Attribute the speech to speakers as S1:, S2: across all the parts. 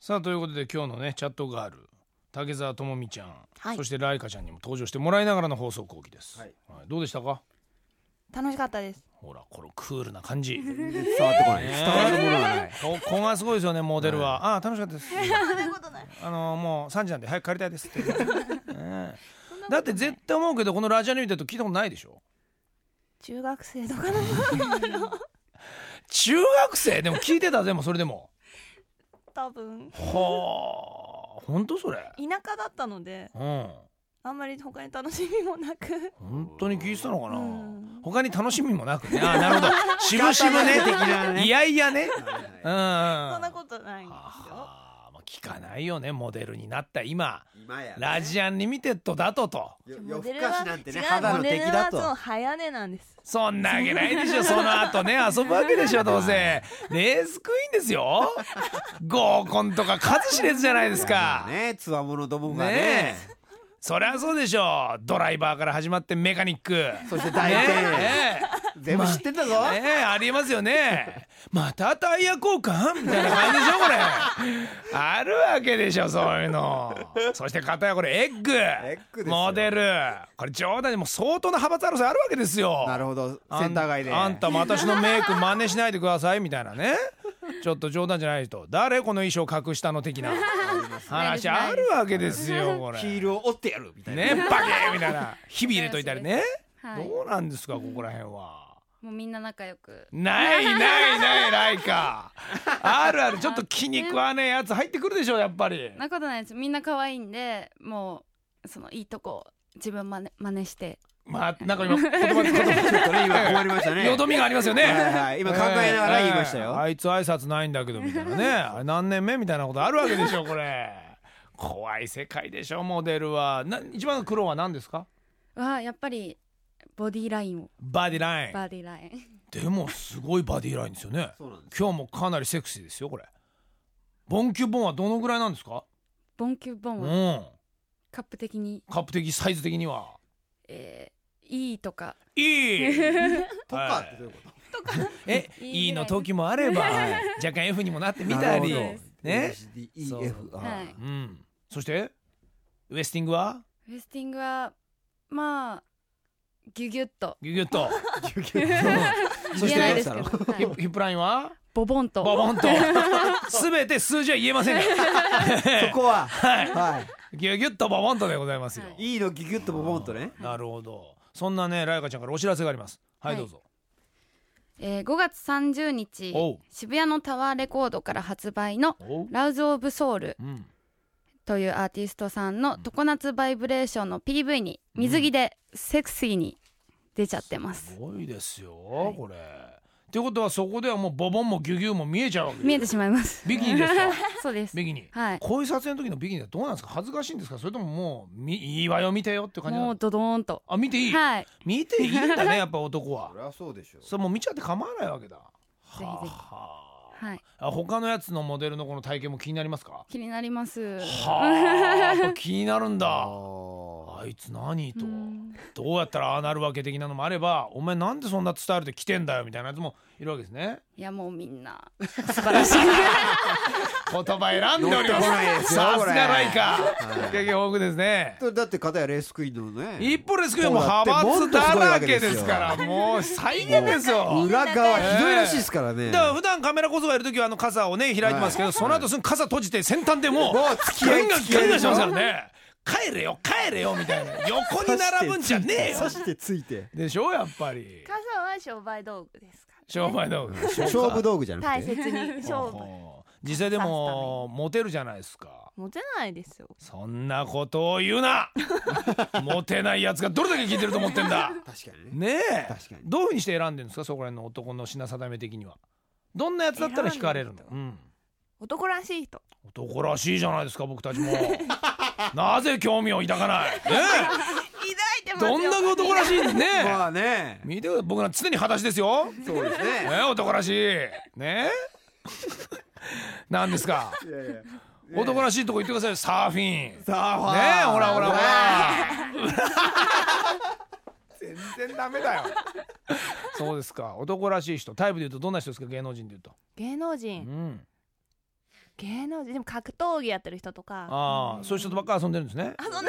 S1: さあということで今日のねチャットガール竹澤智美ちゃん、
S2: はい
S1: そしてライカちゃんにも登場してもらいながらの放送後期です、
S3: はい
S1: はいどうでしたか
S2: 楽しかったです
S1: ほらこのクールな感じ
S3: 伝わってこない。
S1: ね
S3: 伝わるものがない。
S1: ここがすごいで すよねモデルは、ああ楽しかったです
S2: そんなことない
S1: あのもう3時なんで早く帰りたいです って、ねだって絶対思うけどこのラジオに見てると聞いたことないでしょ
S2: 中学生とかの
S1: 中学生でも聞いてたでもそれで も
S2: 多分
S1: はあ本当それ
S2: 田舎だったので
S1: うん
S2: あんまり他に楽しみもなく
S1: 本当に聞いてたのかな、
S2: うん
S1: 他に楽しみもなくねああなるほど 渋々ね
S3: 仕方ない的なね
S1: いやいやねうんそ
S2: そんなことないんで
S1: は
S2: すよ
S1: あまあ聞かないよねモデルになった今
S3: 今やね
S1: ラジアンリミテッドだとと
S3: よ
S2: モ
S3: 夜
S2: デ
S3: 更
S2: ルは
S3: かし
S2: 違
S3: な
S2: うん
S3: てね肌
S2: モ
S3: の
S2: デ
S3: 敵
S2: ルは
S3: だ
S2: そ
S3: と
S2: の早寝なんです
S1: そんなわけないでしょその後ね遊ぶわけでしょどうせレースクイーンですよ合コンとか数知れずじゃないですか
S3: ねつわものどもが
S1: ね
S3: ね
S1: えそりゃそうでしょドライバーから始まってメカニック
S3: そして大体
S1: ねえ
S3: 全部知ってんだぞ
S1: ねえありえますよねまたタイヤ交換みたいな感じでしょこれあるわけでしょそういうのそして片やこれエッグ
S3: エッグですよ
S1: モデルこれ冗談でもう相当な派閥争いあるわけですよ
S3: なるほど
S1: あん
S3: センター街で
S1: あんたも私のメイク真似しないでくださいみたいな ねちょっと冗談じゃないと誰この衣装隠したの的な話あるわけですよこれ
S3: ヒー
S1: ね
S3: ルを折ってやるみたいな
S1: バケーみたいな日々入れといたりね
S4: はい、
S1: どうなんですかここら辺は
S4: もうみんな仲良く
S1: ないないないライカあるあるちょっと気に食わねえやつ入ってくるでしょやっぱり
S4: なことないですみんな可愛いんでもうそのいいとこ自分真似真似して
S1: まあなんか今言葉に言葉
S3: ちょっとね今困りました
S1: に
S3: ね
S1: よどみがありますよね
S3: はいはい今考えながら言いました
S1: え
S3: よ
S1: ーあいつ挨拶ないんだけどみたいなねあれ何年目みたいなことあるわけでしょこれ怖い世界でしょモデルはな一番の苦労は何ですか
S4: はやっぱりボディラインを
S1: バディライン
S4: バディライン
S1: でもすごいバディラインですよね
S3: そうなんです
S1: 今日もかなりセクシーですよこれボンキュボンはどのぐらいなんですか
S4: ボンキュボン
S1: う
S4: は
S1: ん
S4: カップ的に、
S1: カップ的サイズ的には
S4: えーいいとか
S1: いい
S3: とかってどういうこと
S1: え
S4: いいぐらい
S1: いいの時もあれば若干 F にもなってみた
S3: なるほ
S1: り
S3: ど
S1: ね
S3: SDEF
S4: は
S3: あ
S4: い
S1: うんそしてウエスティングは
S4: ウエスティングはまあギュギュッと
S1: ギュギュッと
S3: ーギュギュッと
S1: そして
S4: 言えないですけど、
S3: どうしたの
S4: はい
S1: ヒップヒップラインは
S4: ボボンと
S1: ボボンとすべて数字は言えません
S3: そこは
S1: はい
S3: は
S1: ギュギュッとボボンとでございますよ、
S4: はい
S3: いいのギュギュッとボボンとね
S1: なるほどそんなねライカちゃんからお知らせがありますはい、
S4: はい
S1: どうぞ
S4: えー5月30日
S1: おう
S4: 渋谷のタワーレコードから発売の
S1: おう
S4: 「ラウズ・オブ・ソウル」
S1: うん
S4: というアーティストさんの「常夏バイブレーション」の PV に水着でセクシーに出ちゃってます
S1: す、ごいですよ、これってことはそこではもうボボンもギュギュも見えちゃうわけ
S4: 見えてしま います
S1: ビキニですか
S4: そうです
S1: ビキニ
S4: はい
S1: こういう撮影の時のビキニはどうなんですか恥ずかしいんですかそれとももうみいいわよ見てよって感じな
S4: も
S1: の
S4: うドドーンと
S1: あ見ていい、
S4: はい
S1: 見ていいんだ ねやっぱ男は
S3: そりゃそうでしょ
S1: それもう見ちゃって構わないわけだ
S4: ぜひぜひ
S1: はあはあ
S4: はい
S1: あ他のやつのモデルのこの体型も気になります か
S4: 気になります
S1: はあやっぱ気になるん
S3: あ
S1: だ
S3: ー
S1: あいつ何と
S4: うん
S1: どうやったらああなるわけ的なのもあればお前なんでそんなスタイルで来てんだよみたいなやつもいるわけですね
S4: いやもうみんな素晴らしい
S1: 言葉選んでおりま
S3: 乗ってこないですすよ
S1: さす
S3: こ
S1: が
S3: れ
S1: ライカ
S3: はい
S1: 経験豊富ですね
S3: それだって片やレースクイーンのね
S1: 一歩レスクイーンも派閥だらけですからもう最悪ですよ
S3: 裏側ひどいらしいですからね
S1: だから普段カメラこそがいる時はあの傘をね開いてますけど、
S3: はい
S1: その後すぐ傘閉じて先端でもう
S3: もう付き
S1: ガ
S3: 合
S1: ン
S3: い
S1: ガン
S3: 付き合
S1: ガ
S3: い
S1: ンガンしてますからね帰れよ帰れよみたいな横に並ぶんじゃねえよ
S3: 刺してついて
S1: でしょやっぱり
S2: 傘は商売道具ですか
S1: 商売道具
S3: 勝負道具じゃ
S2: ら
S3: な
S2: 大
S3: くて
S2: 切に勝負
S1: 負実際でもモテるじゃないですか
S2: 持てないですよ
S1: そんなことを言う なモテないやつがどれだけ聞いてると思ってんだ
S3: 確かにね
S1: ねえ
S3: 確かに
S1: どういうふうにして選んでるんですかそこら辺の男の品定め的にはどんなやつだったら惹かれるの
S2: 選んでる
S1: うん
S2: 男らしい人
S1: 男らしいじゃないですか僕たちもなぜ興味を抱かない、ね
S2: 抱いて
S1: え、
S2: ますよ
S1: どんだけ男 らしいんですね
S3: まあね
S1: 見てください僕ら常に裸足ですよ、ね
S3: そうです
S1: え、
S3: ね
S1: 男らしいねえ 何ですか
S3: いやいや
S1: 男らしいとこ言ってくださいよサーフィンね
S3: さあ
S1: えほらほらほら
S3: 全然ダメだよ
S1: そうですか男らしい人タイプで言うとどんな人ですか芸能人で言うと
S2: 芸能
S1: う
S2: 人
S1: ん
S2: 芸能人でも格闘技やってる人とか
S1: ああそういう人とばっか遊んでるんですね
S2: 遊ん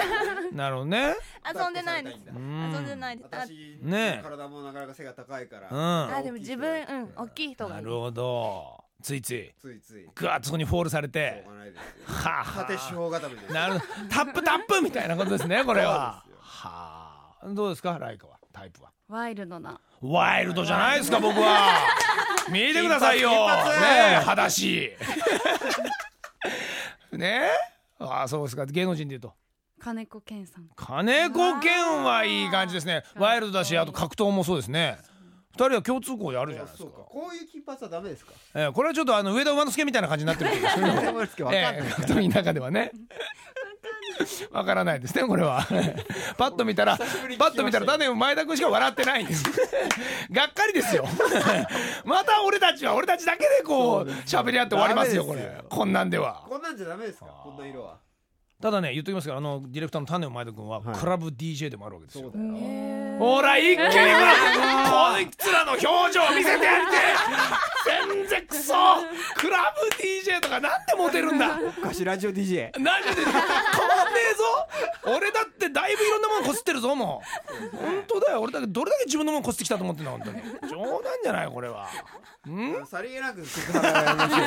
S2: で
S1: なるほどね
S2: 遊んでないです
S1: う
S2: 遊んでないいですあ
S3: 私
S1: ねえ
S3: 体もなかなか背が高いから、
S1: うん
S2: あでも自分うん大きい人が
S1: ない
S2: い
S1: るほどついつい
S3: ついついし
S1: グワッとそこにフォールされて
S3: ょうがないですよ
S1: はあは
S3: 縦四方固めです
S1: あなるほどタップタップみたいなことですねこれは
S3: そうですよ
S1: はあどうですかライカはタイプは
S4: ワイルドな
S1: ワイルドじゃないですか僕 は見てくださいよね
S3: 金髪金髪
S1: え裸足 ねえああそうですか芸能人でいうと
S4: 金子健さん
S1: 金子健はいい感じですね
S4: うわー
S1: ワイルドだしあと格闘もそうですね二人は共通項であるじゃないです
S3: そう
S1: か
S3: かこういう金髪はダメですか
S1: ええこれはちょっとあの上田馬之助みたいな感じになってるけど それでも
S3: わかんない
S1: ええ格闘技の中ではねわからないですねこれ はパッと見たら
S3: ぶりに聞き
S1: パ
S3: ましたよ
S1: ッと見たら種も前田君しか笑ってないんですがっかり ですよまた俺たちは俺たちだけでこう喋り合って終わりますよこ
S3: ダメで
S1: れ
S3: すよ
S1: こんなんでは
S3: こんなんじゃダメですかこんな色は
S1: ただね言っときますけどあのディレクターの種も前田君は
S3: はい
S1: クラブ DJ でもあるわけです
S3: そ
S1: よ
S3: うだよ
S1: ほら一気にほ らこいつらの表情見せてやりてえ全然クソクラブ DJ とかなんでモテるんだ
S3: 昔ラジオ DJ
S1: 何で変わんねえぞ俺だってだいぶいろんなものこすってるぞもう本当だよ俺だけどれだけ自分のものこすってきたと思ってんだ本当に冗談じゃないこれはん
S3: さりげなくセクハラやりましょ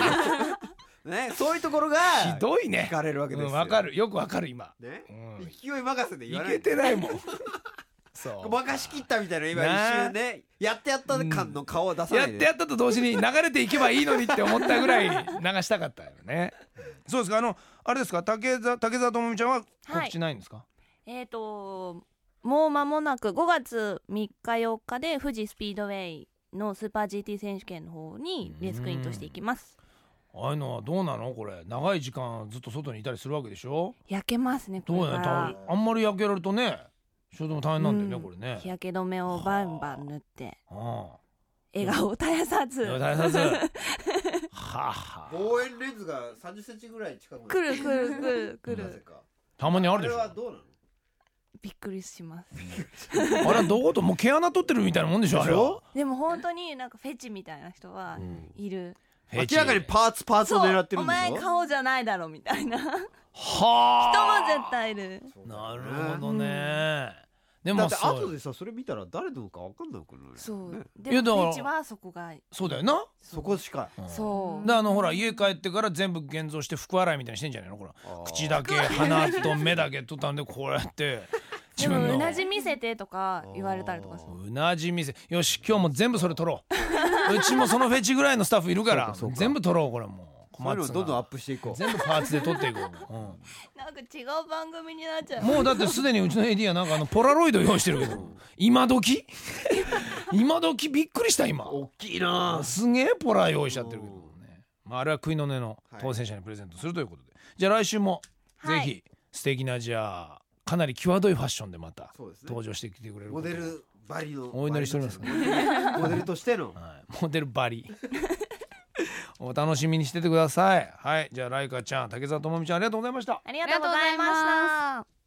S3: うねそういうところが
S1: ひどいね
S3: 聞かれるわけですよ
S1: うんわかるよくわかる今
S3: ね
S1: うん
S3: 勢い任せで言
S1: い
S3: わな
S1: け
S3: い
S1: てないもんそう
S3: 任しきったみたいな今一
S1: なあ
S3: 瞬ねやってやった感の顔を出さ
S1: や
S3: な
S1: っ
S3: いで
S1: てやったと同時に流れていけばいいのにって思ったぐ らい流したかったよねそうですかあのあれですか竹澤竹澤智美ちゃんは告知ないんですか、
S2: えっともう間もなく5月3日4日で富士スピードウェイのスーパー GT 選手権の方にレースクイーンとしていきます
S1: ああいうのはどうなのこれ長い時間ずっと外にいたりするわけでしょ
S2: 焼けますねこ
S1: どう
S2: れ
S1: や
S2: か
S1: ね
S2: ら
S1: たあんまり焼けられるとねそれでも大変なんだよね、
S2: うん
S1: これね
S2: 日焼け止めをバンバン塗って
S1: あ
S2: 笑顔を絶やさ
S1: あ
S2: ず
S1: いや大変ですはあはあ
S3: 望遠レンズが30センチぐらい近く
S2: 来る来る来る来
S3: なぜ
S2: る
S3: か
S1: たまにあ
S3: あ
S1: るで
S3: れ
S1: しょあ
S3: はどうなの
S2: びっくりします
S1: れはどこともう毛穴取ってるみたいなもんでしょあれは
S2: でも本当になんかフェチみたいな人はいる、
S1: フェチ
S3: 明らかにパーツパーツを
S2: そう
S3: 狙ってる
S2: お
S3: んでし
S2: 前
S3: ょ
S2: 顔じゃないだろみたいな人も
S1: はあ
S2: 絶対いる
S3: そうだ
S1: な
S3: よ
S1: る
S3: ね
S1: ほどね、で
S3: だっ
S1: も
S3: て
S1: そ
S3: 後
S1: う
S3: でさそれ見たら誰のか分かんなくなるよね
S2: そう
S1: い
S2: で
S1: やだか
S2: も
S1: ら
S2: フェチはそこが
S1: そうだよな
S3: そこしか
S1: うん
S2: そう
S1: であのほら家帰ってから全部現像して服洗いみたいにしてんじゃないのこれ口だけ鼻と目だけ取ったんでこうやって
S2: で
S1: 自
S2: も
S1: 分
S2: う
S1: の
S2: なじ見せてとか言われたりとかする
S1: うなじ店よし今日も全部それ取ろ ううちもそのフェチぐらいのスタッフいるから
S3: そうかそうか
S1: 全部取ろうこれもう
S3: そういうのをどんどんアッ
S1: プ
S3: プしていこう
S1: 全部パーツで取っていこ う、
S2: なんか違う番組になっちゃ
S1: う
S2: うん
S1: もうだってすでにうちの AD はなんかあのポラロイド用意してるけど今時 今時びっくりした今
S3: 大きいな
S1: すげえポラ用意しちゃってるけどね、まあ、あれは食いの根の
S3: はい
S1: 当選者にプレゼントするということで、じゃあ来週もぜ
S2: はい
S1: ひ素敵なじゃあかなり際どいファッションでまた
S3: そうですね
S1: 登場してきてくれるこ
S3: モ
S1: と
S3: デルバリの
S1: お祈りしております
S3: モデルとして
S1: は
S3: の
S1: い、モデルバリお楽しみにしててくださいはいじゃあライカちゃん竹澤智美ちゃんありがとうございました
S2: ありがとうございました